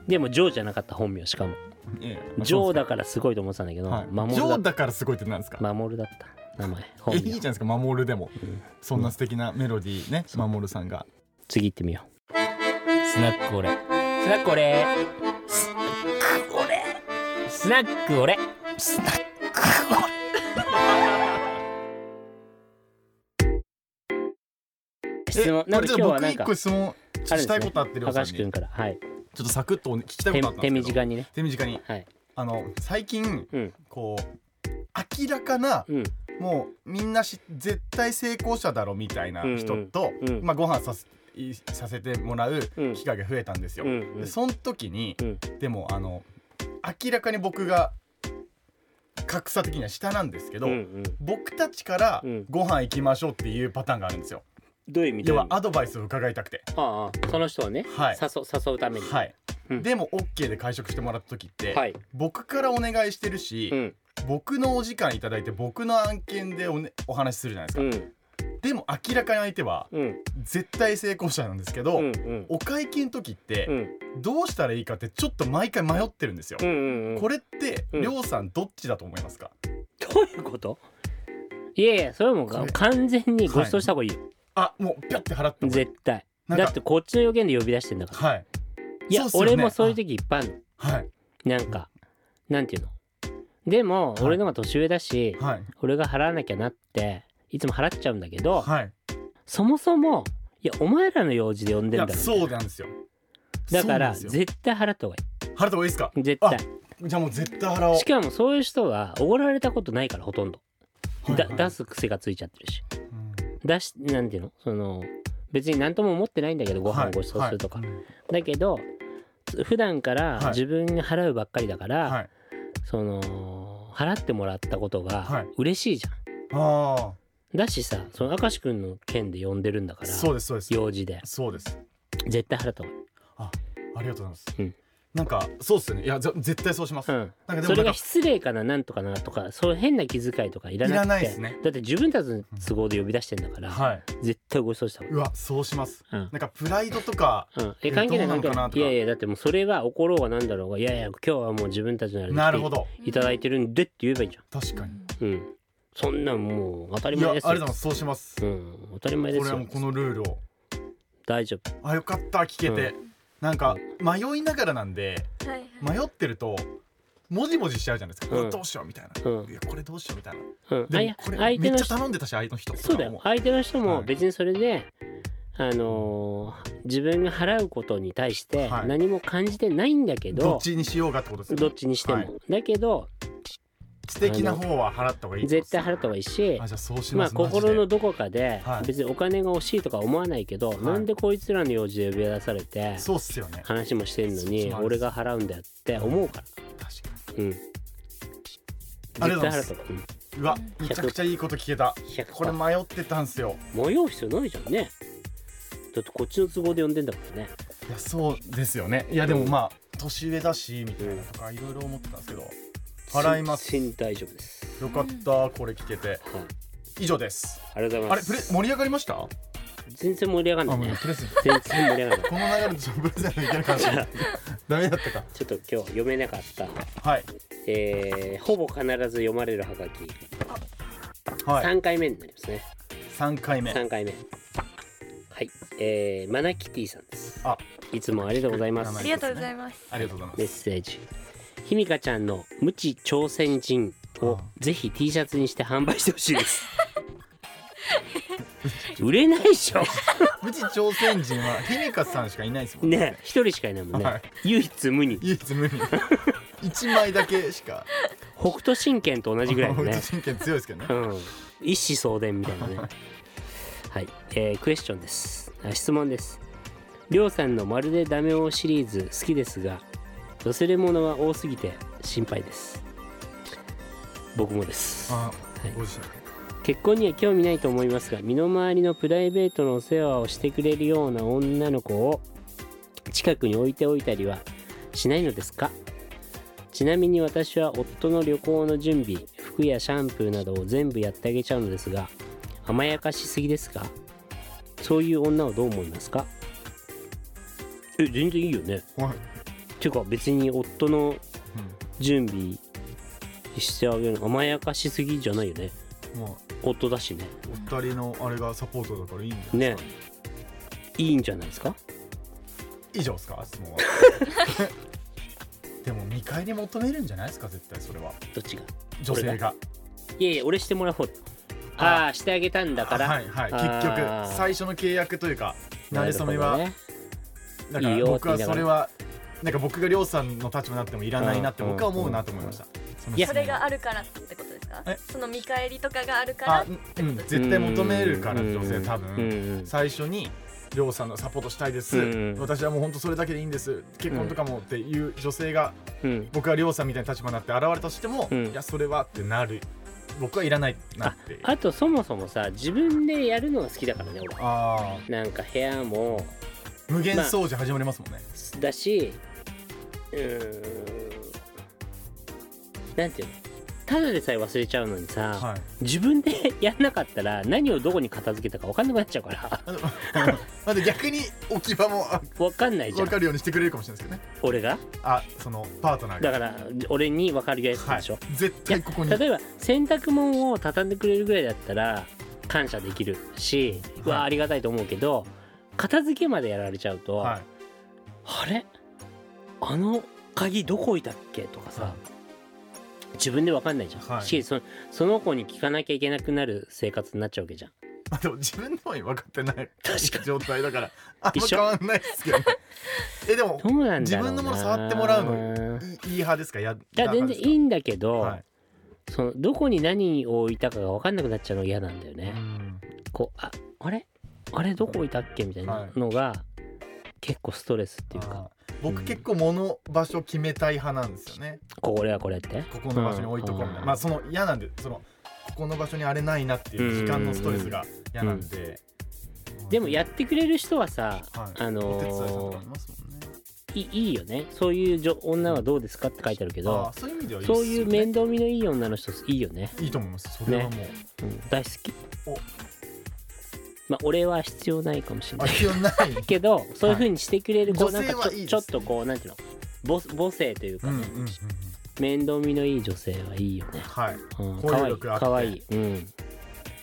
[SPEAKER 4] でもジョーじゃなかった本名しかも
[SPEAKER 5] ええ
[SPEAKER 4] ジョーだからすごいと思ってたんだけど、
[SPEAKER 5] はい
[SPEAKER 4] 守
[SPEAKER 5] ジ
[SPEAKER 4] る
[SPEAKER 5] ョ
[SPEAKER 4] だ
[SPEAKER 5] ーだからすごいってなんですか
[SPEAKER 4] 守るだった名前本
[SPEAKER 5] えいい
[SPEAKER 4] 名
[SPEAKER 5] じ ゃないですか守るでもそんな素敵なメロディーね守るさんが
[SPEAKER 4] 次行ってみよ
[SPEAKER 2] スナックオレスナックオレスナックオレスナック
[SPEAKER 4] う
[SPEAKER 5] え
[SPEAKER 4] 質問なんか
[SPEAKER 5] これちょ
[SPEAKER 4] 今日は
[SPEAKER 5] っと僕
[SPEAKER 4] なん
[SPEAKER 5] 一
[SPEAKER 4] か
[SPEAKER 5] 個質問
[SPEAKER 4] あるんです
[SPEAKER 5] したいことあってる
[SPEAKER 4] ね、
[SPEAKER 5] さん
[SPEAKER 4] 高橋
[SPEAKER 5] にちょ
[SPEAKER 4] 君からはい
[SPEAKER 5] っとサクッと聞きたい
[SPEAKER 4] 手
[SPEAKER 5] ことあったん
[SPEAKER 4] 手
[SPEAKER 5] で
[SPEAKER 4] 短
[SPEAKER 5] すけど
[SPEAKER 4] にね
[SPEAKER 5] 手短に
[SPEAKER 4] はい
[SPEAKER 5] あの最近
[SPEAKER 4] うん
[SPEAKER 5] こう明らかな
[SPEAKER 4] うん
[SPEAKER 5] もうみんなし絶対成功者だろみたいな人と
[SPEAKER 4] うんうんうん
[SPEAKER 5] まあご飯させいさせてもらう
[SPEAKER 4] うん
[SPEAKER 5] 機会が増えたんですよ
[SPEAKER 4] うんうん
[SPEAKER 5] でその時に
[SPEAKER 4] うん
[SPEAKER 5] でもあの明らかに僕が格差的には下なんですけど、
[SPEAKER 4] うんうん
[SPEAKER 5] 僕たちから
[SPEAKER 4] うん
[SPEAKER 5] ご飯行きましょうっていうパターンがあるんですよ。
[SPEAKER 4] どういう意味
[SPEAKER 5] で
[SPEAKER 4] どういう
[SPEAKER 5] は
[SPEAKER 4] 意味
[SPEAKER 5] アドバイスを伺いたくて。
[SPEAKER 4] ああその人をね、
[SPEAKER 5] はい
[SPEAKER 4] 誘誘うために
[SPEAKER 5] はい。
[SPEAKER 4] うん
[SPEAKER 5] でも OK で会食してもらった時って、
[SPEAKER 4] はい
[SPEAKER 5] 僕からお願いしてるし、
[SPEAKER 4] うん
[SPEAKER 5] 僕のお時間いただいて僕の案件でお,、ね、お話しするじゃないです
[SPEAKER 4] う
[SPEAKER 5] か。
[SPEAKER 4] ん
[SPEAKER 5] でも明らかに相手は
[SPEAKER 4] うん
[SPEAKER 5] 絶対成功者なんですけど、
[SPEAKER 4] うんうん
[SPEAKER 5] お会計の時って
[SPEAKER 4] うん
[SPEAKER 5] どうしたらいいかってちょっと毎回迷ってるんですよ
[SPEAKER 4] う、んうんうん
[SPEAKER 5] これって、
[SPEAKER 4] うん
[SPEAKER 5] りょうさんどっちだと思いますか
[SPEAKER 4] どういうこといやいやそれはもう
[SPEAKER 5] これ
[SPEAKER 4] 完全にご馳走した方がいいよ、
[SPEAKER 5] あもうピャッて払った
[SPEAKER 4] 絶対
[SPEAKER 5] なん
[SPEAKER 4] だ
[SPEAKER 5] か
[SPEAKER 4] ってこっちの予言で呼び出してんだから
[SPEAKER 5] はい
[SPEAKER 4] いや、
[SPEAKER 5] そうっすよね
[SPEAKER 4] 俺もそういう時いっぱいある
[SPEAKER 5] はい
[SPEAKER 4] なんかなんていうのでも
[SPEAKER 5] はい
[SPEAKER 4] 俺のが年上だし、
[SPEAKER 5] はい
[SPEAKER 4] 俺が払わなきゃなっていつも払っちゃうんだけど、
[SPEAKER 5] はい
[SPEAKER 4] そもそもいやお前らの用事で呼ん
[SPEAKER 5] い
[SPEAKER 4] でん
[SPEAKER 5] や
[SPEAKER 4] だろ
[SPEAKER 5] そうなんですよ
[SPEAKER 4] だか
[SPEAKER 5] 払
[SPEAKER 4] ら
[SPEAKER 5] っ払っ
[SPEAKER 4] 絶対払った方がい
[SPEAKER 5] た方がいいですか
[SPEAKER 4] い絶対
[SPEAKER 5] じゃあもう絶対払おう
[SPEAKER 4] しかもそういう人はおごられたことないからほとんど、
[SPEAKER 5] はいはい
[SPEAKER 4] だ出す癖がついちゃってるし
[SPEAKER 5] うん
[SPEAKER 4] 出しなんていうのその別に何とも思ってないんだけどご飯をご馳走するとか、だけど普段から
[SPEAKER 5] はい
[SPEAKER 4] 自分が払うばっかりだから、
[SPEAKER 5] はい
[SPEAKER 4] その払ってもらったこと
[SPEAKER 5] は
[SPEAKER 4] が
[SPEAKER 5] い
[SPEAKER 4] 嬉しいじゃん、
[SPEAKER 5] あ
[SPEAKER 4] だしさその明石君の件で呼んでるんだか
[SPEAKER 5] あ
[SPEAKER 4] ら
[SPEAKER 5] そうですそうです
[SPEAKER 4] 用事で
[SPEAKER 5] そうです
[SPEAKER 4] 絶対払った方が
[SPEAKER 5] ありがとうございます、
[SPEAKER 4] うん
[SPEAKER 5] なんかそうっすよねいやぜ絶対そうします、
[SPEAKER 4] いい、うん、
[SPEAKER 5] なんかで
[SPEAKER 4] そ
[SPEAKER 5] もな
[SPEAKER 4] れ
[SPEAKER 5] ん
[SPEAKER 4] が
[SPEAKER 5] か
[SPEAKER 4] 失礼かななんとかなとかそういう変な気遣いとかいら
[SPEAKER 5] い
[SPEAKER 4] なくて
[SPEAKER 5] らないですね
[SPEAKER 4] だって自分たちの都合で呼び出してんだから、
[SPEAKER 5] はい
[SPEAKER 4] 絶対ご馳走した方が
[SPEAKER 5] うわそうします
[SPEAKER 4] いい、うん
[SPEAKER 5] なんかプライドとか
[SPEAKER 4] うん、え
[SPEAKER 5] え
[SPEAKER 4] 関係ない
[SPEAKER 5] どうな
[SPEAKER 4] 関
[SPEAKER 5] の
[SPEAKER 4] 係
[SPEAKER 5] か
[SPEAKER 4] な
[SPEAKER 5] ないと
[SPEAKER 4] い
[SPEAKER 5] か
[SPEAKER 4] やいやだってもうそれは怒ろうがなんだろうがいやいや今日はもう自分たちのやつ
[SPEAKER 5] なるほど
[SPEAKER 4] いただいてるんでって言えばいいじゃ
[SPEAKER 5] 確かに
[SPEAKER 4] んうんそんなんもう当たり
[SPEAKER 5] いやあ
[SPEAKER 4] 前
[SPEAKER 5] り
[SPEAKER 4] で
[SPEAKER 5] が
[SPEAKER 4] すよ
[SPEAKER 5] とうございますそうします、
[SPEAKER 4] うん当たり前で
[SPEAKER 5] こ
[SPEAKER 4] す
[SPEAKER 5] れは
[SPEAKER 4] よ
[SPEAKER 5] もうこのルールを
[SPEAKER 4] 大丈夫
[SPEAKER 5] あよかった聞けて、
[SPEAKER 4] う
[SPEAKER 5] なんか迷いながらなんで
[SPEAKER 3] はいはい
[SPEAKER 5] 迷ってるともじもじしちゃうじゃないですか、
[SPEAKER 4] うん
[SPEAKER 5] これどうしようみたいな、
[SPEAKER 4] うん
[SPEAKER 5] いやこれどうしようみたいな
[SPEAKER 4] うんあい
[SPEAKER 5] でも
[SPEAKER 4] や
[SPEAKER 5] これ
[SPEAKER 4] 相
[SPEAKER 5] め
[SPEAKER 4] 手
[SPEAKER 5] っ
[SPEAKER 4] の
[SPEAKER 5] ちゃ
[SPEAKER 4] 人
[SPEAKER 5] 頼んでたし相手の人とかも
[SPEAKER 4] そうだよ相手の人も
[SPEAKER 5] はい
[SPEAKER 4] 別にそれであのー自分が払うことに対して
[SPEAKER 5] はい
[SPEAKER 4] 何も感じてないんだけ
[SPEAKER 5] ど
[SPEAKER 4] ど
[SPEAKER 5] っちにしようがってことですよ
[SPEAKER 4] ど
[SPEAKER 5] ね
[SPEAKER 4] っちにして
[SPEAKER 5] はい
[SPEAKER 4] もだけど
[SPEAKER 5] 知的な方は払った方がいいってこと
[SPEAKER 4] 絶対払った方がいいし
[SPEAKER 5] あじゃあそうし
[SPEAKER 4] ま
[SPEAKER 5] ま
[SPEAKER 4] あ
[SPEAKER 5] す、マジで
[SPEAKER 4] 心のどこかで
[SPEAKER 5] はい
[SPEAKER 4] 別にお金が惜しいとか思わないけど
[SPEAKER 5] い
[SPEAKER 4] なんでこいつらの用事で呼び出されて
[SPEAKER 5] そうっすよね
[SPEAKER 4] 話もしてんの
[SPEAKER 5] そう
[SPEAKER 4] に
[SPEAKER 5] なんです
[SPEAKER 4] 俺が払うんだよって思うから
[SPEAKER 5] 確か
[SPEAKER 4] うん
[SPEAKER 5] ありがと
[SPEAKER 4] 絶対払っ
[SPEAKER 5] うございます
[SPEAKER 4] た方がいいう
[SPEAKER 5] わめちゃくちゃいいこと聞けた
[SPEAKER 4] 100%
[SPEAKER 5] これ迷ってたんすよ
[SPEAKER 4] 迷う必要ないじゃんねだってこっちの都合で呼んでんだからね
[SPEAKER 5] いやそうですよねいやでもまあ年上だしみたいなとかいろいろ思ってたんですけど払います
[SPEAKER 4] 全然大丈夫です
[SPEAKER 5] よかったこれ聞けて
[SPEAKER 4] はい
[SPEAKER 5] 以上です
[SPEAKER 4] ありがとうござ
[SPEAKER 5] あれ
[SPEAKER 4] い
[SPEAKER 5] プ
[SPEAKER 4] ま
[SPEAKER 5] レ
[SPEAKER 4] す
[SPEAKER 5] 盛り上がりましたあ
[SPEAKER 4] 全然盛り上がんな
[SPEAKER 5] も
[SPEAKER 4] いうね
[SPEAKER 5] プレゼン
[SPEAKER 4] 全然盛り上がんない
[SPEAKER 5] この流れでちょっとプレゼントいけるかなと思って ダメだったか
[SPEAKER 4] ちょっと今日読めなかった
[SPEAKER 5] はい
[SPEAKER 4] えー、ほぼ必ず読まれるハガキ、
[SPEAKER 5] はい
[SPEAKER 4] 三回目になりますね
[SPEAKER 5] 三回目
[SPEAKER 4] 三回目はいえー、マナキティさんです
[SPEAKER 5] あ
[SPEAKER 4] いつもありがとうございま
[SPEAKER 5] 名
[SPEAKER 3] あ
[SPEAKER 5] 前
[SPEAKER 4] す
[SPEAKER 3] りがとうございます
[SPEAKER 5] ありがとうございます
[SPEAKER 4] メッセージひみかちゃんの無知挑戦人をぜひ T シャツにして販売してほしいです 売れないでしょ
[SPEAKER 5] 無知朝鮮人はひみかさんしかいないですもんね
[SPEAKER 4] ね一人しかいないもんね、
[SPEAKER 5] はい
[SPEAKER 4] 唯一無二
[SPEAKER 5] 唯一無 二一枚だけしか
[SPEAKER 4] 北斗神拳と同じぐらいの
[SPEAKER 5] 北
[SPEAKER 4] ね
[SPEAKER 5] 斗神拳強いですけどね
[SPEAKER 4] うん一子相伝みたいな ねはい、えークエスチョンですあ質問ですりょうさんの「まるでダメ男」シリーズ好きですが忘れ物は多すぎて心配です僕もです
[SPEAKER 5] あ
[SPEAKER 4] はい
[SPEAKER 5] ご自身
[SPEAKER 4] 結婚には興味ないと思いますが身の回りのプライベートのお世話をしてくれるような女の子を近くに置いておいたりはしないのですかちなみに私は夫の旅行の準備服やシャンプーなどを全部やってあげちゃうのですが甘やかしすぎですかそういう女をどう思いますかえ全然いいよね
[SPEAKER 5] はい
[SPEAKER 4] ていうか別に夫の準備してあげるの甘やかしすぎじゃないよね
[SPEAKER 5] うんも
[SPEAKER 4] 夫だしね
[SPEAKER 5] うお二人のあれがサポートだからいいんじゃない
[SPEAKER 4] ね
[SPEAKER 5] ですか
[SPEAKER 4] いいんじゃないですか
[SPEAKER 5] 以上ですか質 問はでも見返り求めるんじゃないですか絶対それは
[SPEAKER 4] どっちが
[SPEAKER 5] 女性が
[SPEAKER 4] いやいや俺してもらう方だよ
[SPEAKER 5] あ
[SPEAKER 4] ああしてあげたんだから、
[SPEAKER 5] はいはい
[SPEAKER 4] あー
[SPEAKER 5] 結局最初の契約というか馴れ初めは、
[SPEAKER 4] なるど
[SPEAKER 5] だ
[SPEAKER 4] ね
[SPEAKER 5] か
[SPEAKER 4] いい
[SPEAKER 5] ら
[SPEAKER 4] よって
[SPEAKER 5] 僕は
[SPEAKER 4] 言いなが
[SPEAKER 5] そ
[SPEAKER 4] ら
[SPEAKER 5] れはなんか僕がりょうさんの立場になってもいらないなって
[SPEAKER 4] うん
[SPEAKER 5] 僕は思うなと思いましたの
[SPEAKER 4] いや
[SPEAKER 3] それがあるからってことですか
[SPEAKER 5] え
[SPEAKER 3] その見返りとかがあるか
[SPEAKER 5] あ
[SPEAKER 3] ら
[SPEAKER 5] うん絶対求めるから女性多
[SPEAKER 4] うんう
[SPEAKER 5] 分
[SPEAKER 4] ん
[SPEAKER 5] 最初にりょうさんのサポートしたいです、
[SPEAKER 4] うん
[SPEAKER 5] 私はもう本当それだけでいいんです結婚とかもっていう女性が
[SPEAKER 4] うん
[SPEAKER 5] 僕はりょうさんみたいな立場になって現れたとしても、
[SPEAKER 4] うん
[SPEAKER 5] いやそれはってなる僕はいらないなっていう
[SPEAKER 4] あとそもそもさ自分でやるのが好きだからね俺
[SPEAKER 5] あ
[SPEAKER 4] なんか部屋も
[SPEAKER 5] ー無限掃除始まりますもんね、
[SPEAKER 4] だしうーんなんていうのただでさえ忘れちゃうのにさ、
[SPEAKER 5] はい
[SPEAKER 4] 自分でやんなかったら何をどこに片付けたか分かんなくなっちゃうから
[SPEAKER 5] あのまだ逆に置き場もあ
[SPEAKER 4] 分かんないじゃ
[SPEAKER 5] 分
[SPEAKER 4] ん
[SPEAKER 5] かるようにしてくれるかもしれないですけどね
[SPEAKER 4] 俺が
[SPEAKER 5] あそのパートナー
[SPEAKER 4] だ
[SPEAKER 5] が
[SPEAKER 4] から俺に分かるやつ
[SPEAKER 5] は
[SPEAKER 4] で
[SPEAKER 5] い
[SPEAKER 4] しょ、
[SPEAKER 5] 絶対ここに
[SPEAKER 4] 例えば洗濯物を畳んでくれるぐらいだったら感謝できるしう
[SPEAKER 5] は
[SPEAKER 4] わ
[SPEAKER 5] い
[SPEAKER 4] ありがたいと思うけど片付けまでやられちゃうと、
[SPEAKER 5] はい
[SPEAKER 4] あれあの鍵どこ置いたっけとかさ、
[SPEAKER 5] は
[SPEAKER 4] 自分で分かんないじゃん、
[SPEAKER 5] はい
[SPEAKER 4] しそその子に聞かなきゃいけなくなる生活になっちゃうわけじゃん
[SPEAKER 5] まあでも自分でも分かってない
[SPEAKER 4] 確かに
[SPEAKER 5] 状態だからあん
[SPEAKER 4] 一
[SPEAKER 5] ま
[SPEAKER 4] 緒
[SPEAKER 5] 変わんないですけどねえでも
[SPEAKER 4] どうなんだろうな
[SPEAKER 5] 自分のもの触ってもらう
[SPEAKER 4] の
[SPEAKER 5] いいいい派ですかや
[SPEAKER 4] いや全然いいんだけど、
[SPEAKER 5] はい
[SPEAKER 4] そのどこに何を置いたかが分かんなくなっちゃうのが嫌なんだよ
[SPEAKER 5] う
[SPEAKER 4] ね、
[SPEAKER 5] ん
[SPEAKER 4] こうああれあれどこ置いたっけみたいなのが、結構ストレスっていうか
[SPEAKER 5] あー僕結構物場所決めたい派なんですよね
[SPEAKER 4] ここ俺はこれって
[SPEAKER 5] ここの場所に置いとこうみたいな、
[SPEAKER 4] うん
[SPEAKER 5] まあその嫌なんでそのここの場所にあれないなっていう時間のストレスが嫌なんで、
[SPEAKER 4] でもやってくれる人はさ、
[SPEAKER 5] はい
[SPEAKER 4] あ
[SPEAKER 5] お手伝いさんと
[SPEAKER 4] の
[SPEAKER 5] かいますもんね
[SPEAKER 4] ーいいいよねそういう女女はどうですかって書いてあるけ
[SPEAKER 5] あ
[SPEAKER 4] ど
[SPEAKER 5] ーそういう意味ではいいっす
[SPEAKER 4] そういう面
[SPEAKER 5] ね
[SPEAKER 4] 倒見のいい女の人いいよね、
[SPEAKER 5] いいと思いますそれはも
[SPEAKER 4] う
[SPEAKER 5] う、
[SPEAKER 4] ん、大好き
[SPEAKER 5] お
[SPEAKER 4] まあ俺は必要ないかもしれ
[SPEAKER 5] あ
[SPEAKER 4] ない
[SPEAKER 5] 必要ない
[SPEAKER 4] けどそういう風にしてくれる、こうな
[SPEAKER 5] 女
[SPEAKER 4] ん
[SPEAKER 5] 性
[SPEAKER 4] かちょ
[SPEAKER 5] はいいですね
[SPEAKER 4] ちょっとこうなんていうの母母性という
[SPEAKER 5] う
[SPEAKER 4] か
[SPEAKER 5] んうん
[SPEAKER 4] ね、
[SPEAKER 5] うんうん
[SPEAKER 4] 面倒見のいい女性はいいよね
[SPEAKER 5] はい
[SPEAKER 4] うん
[SPEAKER 5] 包
[SPEAKER 4] 可
[SPEAKER 5] 容
[SPEAKER 4] 愛い
[SPEAKER 5] 力あって
[SPEAKER 4] 可愛いうん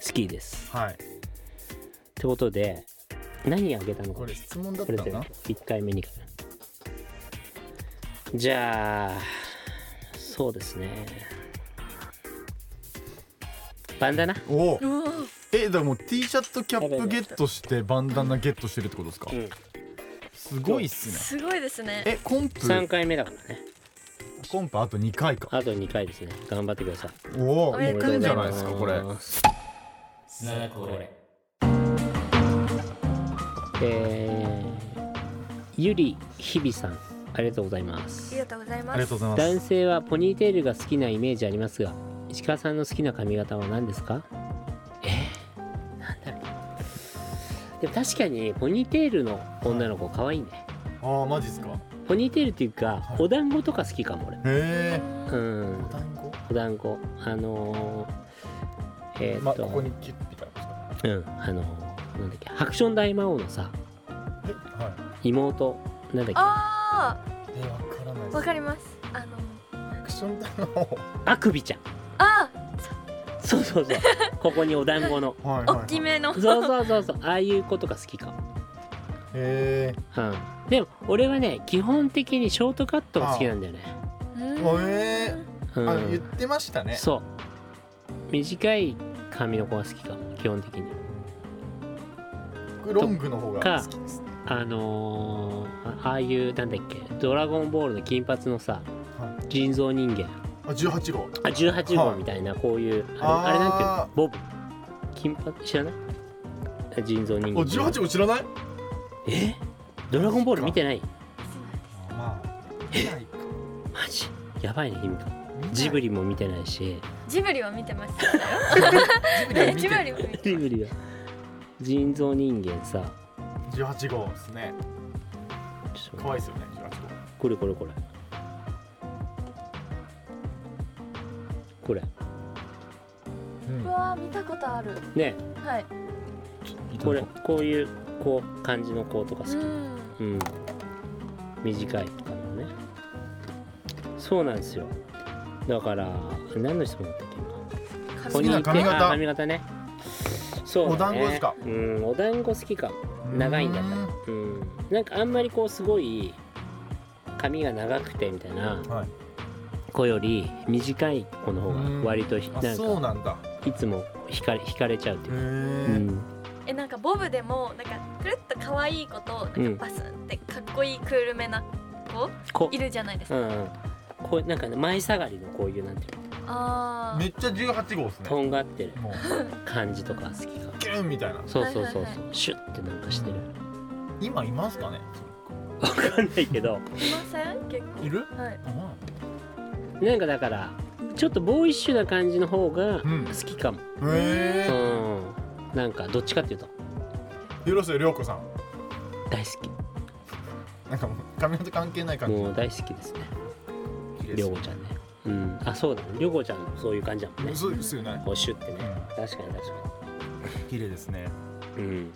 [SPEAKER 4] 好きです
[SPEAKER 5] はい
[SPEAKER 4] ってことで何あげたの
[SPEAKER 5] こ
[SPEAKER 4] か
[SPEAKER 5] れ
[SPEAKER 4] な
[SPEAKER 5] 質問だっ
[SPEAKER 4] プ
[SPEAKER 5] た
[SPEAKER 4] レゼン
[SPEAKER 5] な
[SPEAKER 4] ト1回目2回目じゃあそうですねバンダナ
[SPEAKER 3] う
[SPEAKER 5] おお
[SPEAKER 3] わー
[SPEAKER 5] えだからもう T シャツとキャップゲットしてバンダナゲットしてるってことですか、
[SPEAKER 4] うん
[SPEAKER 5] すごいっすね
[SPEAKER 3] すごいですね
[SPEAKER 5] えコンプ
[SPEAKER 4] 3回目だからね
[SPEAKER 5] コンプあと2回か
[SPEAKER 4] あと2回ですね頑張ってください
[SPEAKER 5] おお
[SPEAKER 3] おめ
[SPEAKER 5] い
[SPEAKER 3] で
[SPEAKER 5] く
[SPEAKER 3] と
[SPEAKER 5] ん
[SPEAKER 3] うご
[SPEAKER 5] じ
[SPEAKER 3] ざ
[SPEAKER 5] ゃ
[SPEAKER 3] い
[SPEAKER 5] な
[SPEAKER 3] ま
[SPEAKER 5] いですかこれ
[SPEAKER 2] すなこれ
[SPEAKER 4] えー、ゆりひびさんありがとうございま
[SPEAKER 3] あ
[SPEAKER 4] す
[SPEAKER 3] りがとうござい
[SPEAKER 5] あ
[SPEAKER 3] ま
[SPEAKER 5] りが
[SPEAKER 3] す
[SPEAKER 5] とうございます
[SPEAKER 4] 男性はポニーテールが好きなイメージありますが石川さんの好きな髪型は何ですかえー、なんだろうでも確かにポニーテールの女の子可愛いね
[SPEAKER 5] あーマジっすか
[SPEAKER 4] ポニーテールっていうか
[SPEAKER 5] はい
[SPEAKER 4] お団子とか好きかも俺
[SPEAKER 5] へえ
[SPEAKER 4] うん
[SPEAKER 5] 団子
[SPEAKER 4] お団子あのー、えー、っと、
[SPEAKER 5] まあここにキュッピタは
[SPEAKER 4] うんあのー、なんだっけハクション大魔王のさ
[SPEAKER 5] い
[SPEAKER 4] 妹なんだっけ
[SPEAKER 3] あ
[SPEAKER 5] えーわからない
[SPEAKER 3] あ
[SPEAKER 5] で
[SPEAKER 3] わ
[SPEAKER 5] す
[SPEAKER 3] かりますあの
[SPEAKER 5] アクションだな
[SPEAKER 4] あくびちゃん
[SPEAKER 3] あ
[SPEAKER 4] そうそうそうここにお団子の
[SPEAKER 5] はい
[SPEAKER 3] 大きめの
[SPEAKER 4] そうそうそうそうああいう子とか好きかも
[SPEAKER 5] へえ
[SPEAKER 4] うんでも俺はね基本的にショートカットが好きなんだよね
[SPEAKER 3] うん
[SPEAKER 5] えー
[SPEAKER 4] う
[SPEAKER 5] あ言っ
[SPEAKER 4] ん
[SPEAKER 5] てましたね
[SPEAKER 4] そう短い髪の子が好きかも基本的に
[SPEAKER 5] 僕ロングの方が好きですね
[SPEAKER 4] あのー、あああいうなんだっけドラゴンボールの金髪のさ
[SPEAKER 5] は
[SPEAKER 4] 人造人間
[SPEAKER 5] あ18号
[SPEAKER 4] あ18号みたいなこういうあれあれなんていうの
[SPEAKER 5] あー
[SPEAKER 4] ボブ金髪知らないあ人造人
[SPEAKER 5] お
[SPEAKER 4] 間
[SPEAKER 5] 18号知らない
[SPEAKER 4] えドラゴンボール見てない
[SPEAKER 5] まあ見ないか
[SPEAKER 4] マジやばいね君
[SPEAKER 5] 見ない
[SPEAKER 4] ジブリも見てないし
[SPEAKER 3] ジブリは見てまし
[SPEAKER 5] ジブ
[SPEAKER 3] た
[SPEAKER 5] リは
[SPEAKER 3] よ
[SPEAKER 5] 見
[SPEAKER 3] ジブリは見て
[SPEAKER 4] ジ
[SPEAKER 5] て
[SPEAKER 4] ブリは人造人間さ
[SPEAKER 5] 18号ですね
[SPEAKER 4] ちょっと待
[SPEAKER 5] 可
[SPEAKER 4] って
[SPEAKER 5] 愛いですよね18
[SPEAKER 4] これこれこれこれ
[SPEAKER 3] う
[SPEAKER 5] 号
[SPEAKER 3] わー見たことある
[SPEAKER 4] ね
[SPEAKER 3] はい
[SPEAKER 4] これこういうこう感じの子とか好き
[SPEAKER 3] うん
[SPEAKER 4] うん短いかもねそうなんですよだから何の質問だったっけ今
[SPEAKER 5] 好
[SPEAKER 3] 髪
[SPEAKER 5] きな
[SPEAKER 3] の
[SPEAKER 5] 髪型
[SPEAKER 4] あ髪型ねそうだね
[SPEAKER 5] お団子ですか
[SPEAKER 4] うんお団子好きかも長いんだったらうんなんかあんまりこうすごい髪が長くてみたいな
[SPEAKER 5] はい
[SPEAKER 4] 子より短い子の方が割とひな
[SPEAKER 5] あ
[SPEAKER 4] ん
[SPEAKER 5] そう
[SPEAKER 4] か
[SPEAKER 5] なんだ
[SPEAKER 4] いつも惹かれ惹かれちゃうって
[SPEAKER 5] へ
[SPEAKER 4] いうか、うん、
[SPEAKER 3] えなんかボブでもなんかくるっと可愛い子と
[SPEAKER 4] う
[SPEAKER 3] なんんかバスンってかっこいいクールめな子
[SPEAKER 4] こ
[SPEAKER 3] いるじゃないです
[SPEAKER 4] う
[SPEAKER 3] か、
[SPEAKER 4] んうんこうなんかね前下がりのこういうなんていうの
[SPEAKER 3] あ
[SPEAKER 5] えめ
[SPEAKER 3] ー
[SPEAKER 5] っちゃ18号ですね
[SPEAKER 4] とんがってる
[SPEAKER 5] もう
[SPEAKER 4] 感じとか好きかも
[SPEAKER 5] キュンみたいな
[SPEAKER 4] そうそうそう
[SPEAKER 3] はいはい
[SPEAKER 4] そうシュッてなんかしてる
[SPEAKER 5] 今いますかね
[SPEAKER 4] わかんないけど
[SPEAKER 3] いません結構
[SPEAKER 5] いる
[SPEAKER 3] はい
[SPEAKER 4] なんかだからちょっとボーイッシュな感じの方が
[SPEAKER 5] うん
[SPEAKER 4] 好きかも、う
[SPEAKER 5] へ
[SPEAKER 4] ん、なんかどっちかっていうと
[SPEAKER 5] え広瀬涼子さん
[SPEAKER 4] 大好き
[SPEAKER 5] なんかもう髪型関係ない感じ
[SPEAKER 4] もう大好きですね
[SPEAKER 5] 綺麗で
[SPEAKER 4] りょ
[SPEAKER 5] す
[SPEAKER 4] うごちゃんねうん、あそうだねりょこちゃんもそういう感じだもんね
[SPEAKER 5] そうですよね
[SPEAKER 4] こうシュってね確かに確か
[SPEAKER 5] 綺麗ですね
[SPEAKER 4] にうん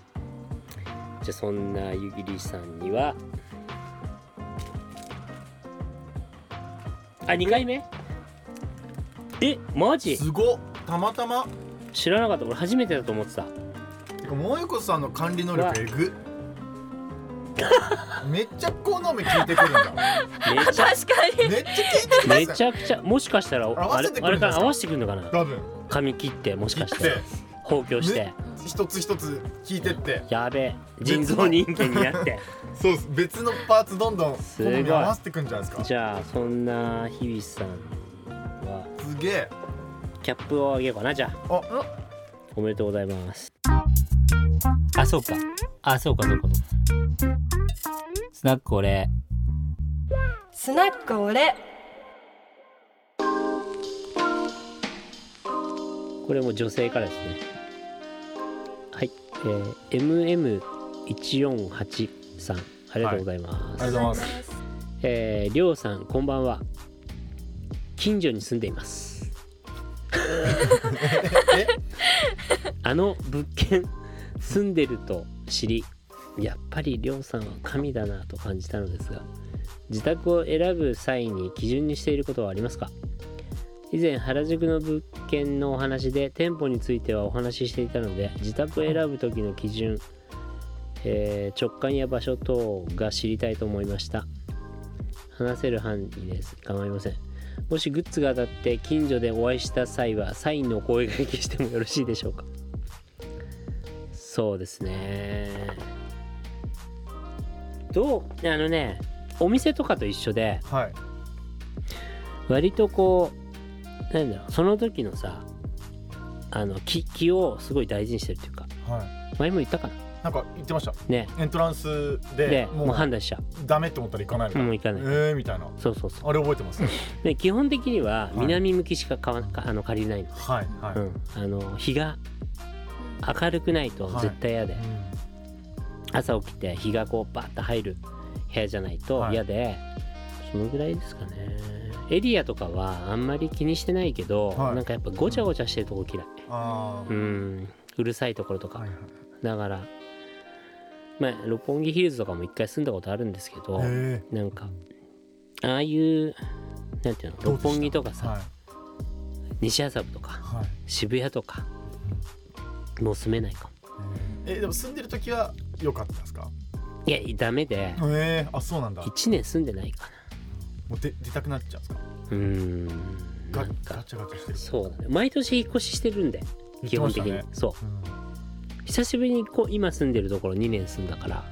[SPEAKER 4] じゃあそんな湯切りさんにはあ二2回目えマジ
[SPEAKER 5] すごったまたま
[SPEAKER 4] 知らなかった俺初めてだと思ってた
[SPEAKER 5] 萌子さんの管理能力えぐめっちゃ好み聞いてくるんだ
[SPEAKER 4] めちゃ
[SPEAKER 3] 確かに
[SPEAKER 5] めっちゃ聞いてくる
[SPEAKER 4] めちゃくちゃもしかしたら
[SPEAKER 5] 合わ
[SPEAKER 4] あれ
[SPEAKER 5] せてく
[SPEAKER 4] あ
[SPEAKER 5] る
[SPEAKER 4] れ
[SPEAKER 5] ん
[SPEAKER 4] か
[SPEAKER 5] です
[SPEAKER 4] ら
[SPEAKER 5] か
[SPEAKER 4] 合わせてくるのかな
[SPEAKER 5] 多分
[SPEAKER 4] 髪切ってもし
[SPEAKER 5] 切
[SPEAKER 4] か
[SPEAKER 5] っ
[SPEAKER 4] して
[SPEAKER 5] て
[SPEAKER 4] 包協して
[SPEAKER 5] ね一つ一つ聞いてって
[SPEAKER 4] やべえ
[SPEAKER 5] 別
[SPEAKER 4] 人
[SPEAKER 5] の
[SPEAKER 4] 造人間になって
[SPEAKER 5] そうっす別のパーツどんどん
[SPEAKER 4] す
[SPEAKER 5] 好
[SPEAKER 4] ごい
[SPEAKER 5] みに合わせてくんじゃないですか
[SPEAKER 4] じゃあそんな日々さんは
[SPEAKER 5] すげえ
[SPEAKER 4] キャップをあげようかなじゃあ
[SPEAKER 5] あ
[SPEAKER 4] おめでとうございますあそうかあそうかそうかそうかスナック俺
[SPEAKER 3] スナック俺
[SPEAKER 4] これも女性からですねはいえー、MM148 さんありがとうございます、
[SPEAKER 5] ありがとうございます
[SPEAKER 4] えー、りょうさんこんばんは近所に住んでいます
[SPEAKER 5] え
[SPEAKER 4] あの物件住んでると知りやっぱりりょうさんは神だなと感じたのですが自宅を選ぶ際に基準にしていることはありますか以前原宿の物件のお話で店舗についてはお話ししていたので自宅を選ぶ時の基準、えー直感や場所等が知りたいと思いました話せる範囲です構いませんもしグッズが当たって近所でお会いした際はサインのお声掛けしてもよろしいでしょうかそうですねどうあのねお店とかと一緒で
[SPEAKER 5] はい
[SPEAKER 4] 割とこうなんだろうその時のさあの気気をすごい大事にしてるっていうか
[SPEAKER 5] は
[SPEAKER 4] 前も言ったかない
[SPEAKER 5] なんか言ってました
[SPEAKER 4] ね
[SPEAKER 5] エントランス
[SPEAKER 4] で
[SPEAKER 5] で
[SPEAKER 4] も
[SPEAKER 5] も
[SPEAKER 4] う
[SPEAKER 5] う
[SPEAKER 4] 判断しちゃ
[SPEAKER 5] ダメって思ったら行かないみ
[SPEAKER 4] う
[SPEAKER 5] たい
[SPEAKER 4] も
[SPEAKER 5] な
[SPEAKER 4] う行かない、
[SPEAKER 5] えーみたいな
[SPEAKER 4] そうそうそう
[SPEAKER 5] あれ覚えてますね
[SPEAKER 4] で基本的にはい南向きしか買わかあの借りれないの
[SPEAKER 5] はいはい、
[SPEAKER 4] う
[SPEAKER 5] うん
[SPEAKER 4] ん、あの日が明るくないと絶対嫌で、朝起きて日がこうバッと入る部屋じゃないと嫌で、そのぐらいですかねエリアとかはあんまり気にしてないけど、
[SPEAKER 5] はい
[SPEAKER 4] なんかやっぱごちゃごちゃしてるとこ嫌い、
[SPEAKER 5] あ
[SPEAKER 4] う
[SPEAKER 5] ー
[SPEAKER 4] ん、うるさいところとか、
[SPEAKER 5] はいはい
[SPEAKER 4] だからまあ六本木ヒルズとかも一回住んだことあるんですけど、
[SPEAKER 5] え
[SPEAKER 4] なんかああいうなんていうの
[SPEAKER 5] ど
[SPEAKER 4] 六
[SPEAKER 5] うでした
[SPEAKER 4] 本木とか
[SPEAKER 5] ー
[SPEAKER 4] さ、
[SPEAKER 5] はい
[SPEAKER 4] 西麻布とか
[SPEAKER 5] はい
[SPEAKER 4] 渋谷とかもう住めないかも
[SPEAKER 5] えーでも住んでる時は良かったですか
[SPEAKER 4] いやダメで
[SPEAKER 5] えー、あそうなんだも
[SPEAKER 4] 1年住んでないか
[SPEAKER 5] う出出たくなっちゃうんですか
[SPEAKER 4] なうーんな
[SPEAKER 5] ガ
[SPEAKER 4] ん
[SPEAKER 5] ガ
[SPEAKER 4] か
[SPEAKER 5] チャガチャしてる
[SPEAKER 4] そうだね毎年引っ越ししてるんで基本的に、
[SPEAKER 5] 言ってま
[SPEAKER 4] そ
[SPEAKER 5] したね
[SPEAKER 4] う久しぶりにこう今住んでるところ2年住んだから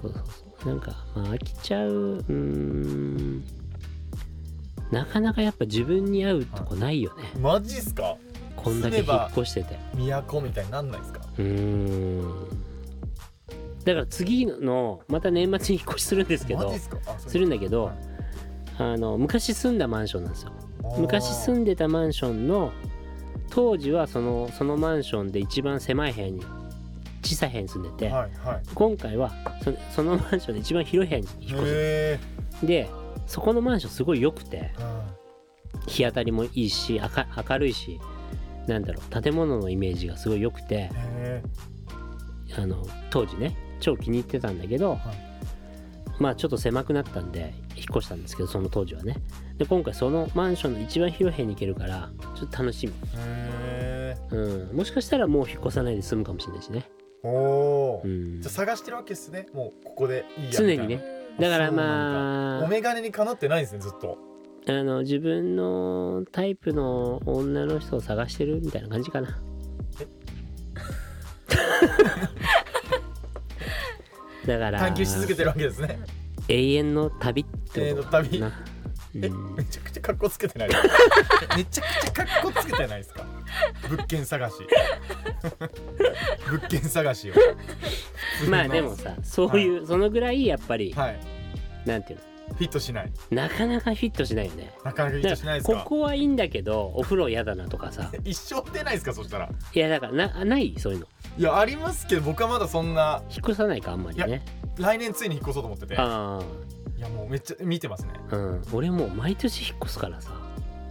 [SPEAKER 4] そうそうそうなんか、まあ、飽きちゃううーんなかなかやっぱ自分に合うとこないよね、
[SPEAKER 5] うんマジっすか
[SPEAKER 4] こんだけ
[SPEAKER 5] 住め
[SPEAKER 4] 引っ
[SPEAKER 5] ば
[SPEAKER 4] 越してて
[SPEAKER 5] 都みたいになんないですか
[SPEAKER 4] うーんだから次のまた年末に引っ越しするんですけ
[SPEAKER 5] マ
[SPEAKER 4] ど
[SPEAKER 5] ジっすかあそう
[SPEAKER 4] するんだけど
[SPEAKER 5] はい
[SPEAKER 4] あの昔住んだマンションなんですよ
[SPEAKER 5] あー
[SPEAKER 4] 昔住んでたマンションの当時はそのそのマンションで一番狭い部屋に小さい部屋に住んでて、
[SPEAKER 5] はいはい
[SPEAKER 4] 今回はそそのマンションで一番広い部屋に引っ越
[SPEAKER 5] え
[SPEAKER 4] すでそこのマンションすごい良くて
[SPEAKER 5] ーあ
[SPEAKER 4] 日当たりもいいし明明るいしなんだろう建物のイメージがすごい良くて
[SPEAKER 5] ーえ
[SPEAKER 4] あの当時ね超気に入ってたんだけど、
[SPEAKER 5] はい
[SPEAKER 4] まあちょっと狭くなったんで引っ越したんですけどその当時はねで今回そのマンションの一番広い部屋に行けるからちょっと楽しみ
[SPEAKER 5] ーえ
[SPEAKER 4] うん、もしかしたらもう引っ越さないで済むかもしれないしね。
[SPEAKER 5] ーおお、
[SPEAKER 4] うん、
[SPEAKER 5] じゃあ探してるわけですねもうここでいいやみた
[SPEAKER 4] 常
[SPEAKER 5] いな
[SPEAKER 4] にね。だからま
[SPEAKER 5] お
[SPEAKER 4] あ
[SPEAKER 5] 眼鏡にかなってないんですねずっと
[SPEAKER 4] あの自分のタイプの女の人を探してるみたいな感じかな
[SPEAKER 5] え。
[SPEAKER 4] だから
[SPEAKER 5] 探求し続けてるわけですね
[SPEAKER 4] 永遠の旅ってこと
[SPEAKER 5] 永遠の
[SPEAKER 4] 旅
[SPEAKER 5] え
[SPEAKER 4] うん
[SPEAKER 5] め、ちゃくちゃ格好つけてない めちゃくちゃ格好つけてないですか物件探し 物件探しを
[SPEAKER 4] まあでもさそういう、そのぐらいやっぱり、
[SPEAKER 5] はい
[SPEAKER 4] なんていう
[SPEAKER 5] フィットしない
[SPEAKER 4] のなかなかフィットしないよね。
[SPEAKER 5] なかなかフィット
[SPEAKER 4] だ
[SPEAKER 5] し
[SPEAKER 4] か
[SPEAKER 5] ない
[SPEAKER 4] ら
[SPEAKER 5] ですか
[SPEAKER 4] ここはいいんだけどお風呂嫌だなとかさ
[SPEAKER 5] 一生出ないですかそしたら
[SPEAKER 4] いやだからなないそういうの
[SPEAKER 5] いやありますけど僕はまだそんな
[SPEAKER 4] 引っ越さないかあんまりね。
[SPEAKER 5] 来年ついに引っ越そうと思ってて
[SPEAKER 4] ああ
[SPEAKER 5] いやもうめっちゃ見てますね
[SPEAKER 4] うん、俺もう毎年引っ越すからさ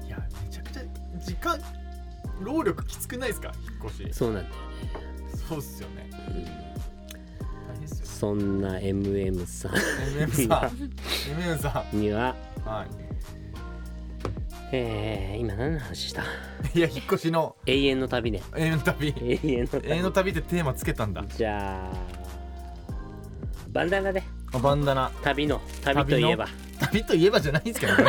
[SPEAKER 5] いやめちゃくちゃ時間労力きつくないですか引っ越し
[SPEAKER 4] そうなんだよ
[SPEAKER 5] そうっすよね
[SPEAKER 4] ね、
[SPEAKER 5] 大変っ
[SPEAKER 4] うん、
[SPEAKER 5] す
[SPEAKER 4] そんな MM さ
[SPEAKER 5] よ MM さん MM さ
[SPEAKER 4] んには
[SPEAKER 5] んは
[SPEAKER 4] えー、今何の話した
[SPEAKER 5] いいや引っ越しの
[SPEAKER 4] 永遠の旅ね
[SPEAKER 5] 永遠の旅
[SPEAKER 4] 永遠の
[SPEAKER 5] 永遠の旅ってテーマつけたんだ
[SPEAKER 4] じゃあバンダナで
[SPEAKER 5] あバンダナ
[SPEAKER 4] 旅の旅といえば
[SPEAKER 5] 旅といえばじゃないんですけどね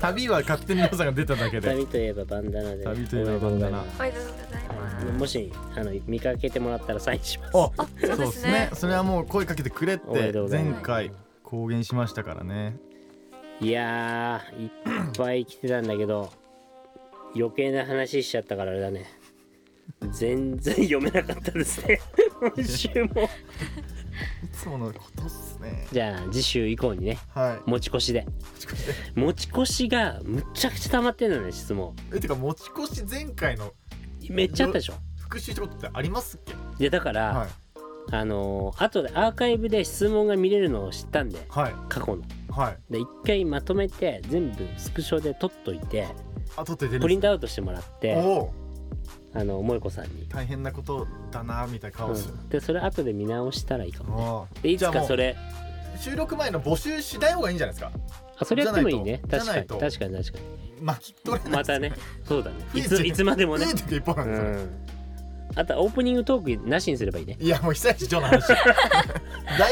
[SPEAKER 5] 旅は勝手に良さが出ただけで
[SPEAKER 4] 旅といえばバンダナで
[SPEAKER 5] 旅といえばバンダナ
[SPEAKER 4] おめでとうござ
[SPEAKER 3] おめ
[SPEAKER 4] い
[SPEAKER 3] でとうございま
[SPEAKER 4] ますもしあの見かけてもらったらサインします
[SPEAKER 5] あ
[SPEAKER 3] そう
[SPEAKER 5] そ
[SPEAKER 3] で
[SPEAKER 5] うですす
[SPEAKER 3] ね
[SPEAKER 5] ねそれはもう声かけてくれっ
[SPEAKER 4] おめで
[SPEAKER 5] て
[SPEAKER 4] とうござい
[SPEAKER 5] 前
[SPEAKER 4] ます
[SPEAKER 5] 回公言しましたからね
[SPEAKER 4] いやーいっぱい来てたんだけど余計な話しちゃったからあれだね全然読めなかったですね今週も
[SPEAKER 5] いつものことっすね
[SPEAKER 4] じゃあ次週以降にね
[SPEAKER 5] はい
[SPEAKER 4] 持ち越しで
[SPEAKER 5] 持ち越しで
[SPEAKER 4] 持ち越しがむちゃくちゃ溜まってんのね質問
[SPEAKER 5] えてか持ち越し前回の
[SPEAKER 4] めっちゃあったでしょ
[SPEAKER 5] 復習ってことってありますっけ
[SPEAKER 4] いやだから、
[SPEAKER 5] はい
[SPEAKER 4] あのー後でアーカイブで質問が見れるのを知ったんで
[SPEAKER 5] はい
[SPEAKER 4] 過去の
[SPEAKER 5] はい
[SPEAKER 4] で一回まとめて全部スクショで撮っといて
[SPEAKER 5] あとって出
[SPEAKER 4] プリン
[SPEAKER 5] る
[SPEAKER 4] トアウトしてもらって
[SPEAKER 5] おお
[SPEAKER 4] あの萌子さんに、
[SPEAKER 5] 大変なことだなみたいな
[SPEAKER 4] う
[SPEAKER 5] 顔する、
[SPEAKER 4] ん、でそれ後で見直したらいいかもね
[SPEAKER 5] ああ
[SPEAKER 4] でいつ
[SPEAKER 5] じゃあ
[SPEAKER 4] か
[SPEAKER 5] もう
[SPEAKER 4] それ
[SPEAKER 5] 収録前の募集しない方がいいんじゃないですか
[SPEAKER 4] あそれやってもいいね
[SPEAKER 5] じゃ
[SPEAKER 4] 確か
[SPEAKER 5] な
[SPEAKER 4] に
[SPEAKER 5] いと
[SPEAKER 4] 確かに確か
[SPEAKER 5] 巻き取
[SPEAKER 4] に
[SPEAKER 5] れない
[SPEAKER 4] また ねそうだね
[SPEAKER 5] 増
[SPEAKER 4] い
[SPEAKER 5] えちゃう
[SPEAKER 4] ついつまでもね
[SPEAKER 5] 増えてく一方な
[SPEAKER 4] うん
[SPEAKER 5] ですよ、
[SPEAKER 4] んあとはオープニングトークなしにすればいいね
[SPEAKER 5] いやもう久石城の話 だ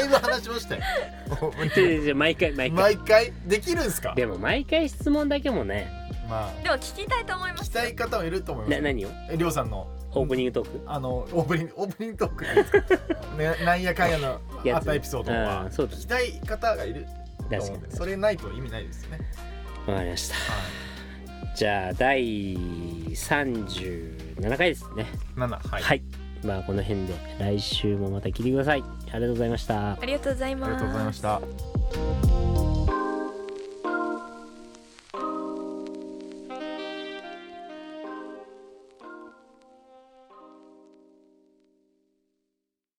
[SPEAKER 5] いぶ話し ましたよ
[SPEAKER 4] ででで毎回毎回
[SPEAKER 5] 毎回できるんすか
[SPEAKER 4] でも毎回質問だけもね
[SPEAKER 5] まあ
[SPEAKER 3] でも聞きたいと思いま
[SPEAKER 5] 聞き
[SPEAKER 3] す
[SPEAKER 5] たい方はいると思いま
[SPEAKER 4] な
[SPEAKER 5] す
[SPEAKER 4] 何を
[SPEAKER 5] えりょうさんの
[SPEAKER 4] オープニングトーク
[SPEAKER 5] あのオープニングオープニングトークいいですかねなんやかんやの
[SPEAKER 4] やつ
[SPEAKER 5] あったエピソード
[SPEAKER 4] あ
[SPEAKER 5] は
[SPEAKER 4] ーそうだ
[SPEAKER 5] 聞きたい方がいる
[SPEAKER 4] 確
[SPEAKER 5] と思
[SPEAKER 4] か
[SPEAKER 5] うん
[SPEAKER 4] に
[SPEAKER 5] でそれないと意味ないですよね
[SPEAKER 4] わかりました
[SPEAKER 5] は
[SPEAKER 4] じゃあ第37回ですね
[SPEAKER 5] いなんだは
[SPEAKER 4] はいい、まあこの辺で来週もまた聞いてくださいありがとうございました
[SPEAKER 3] ありがとうござい
[SPEAKER 5] ありがとうございました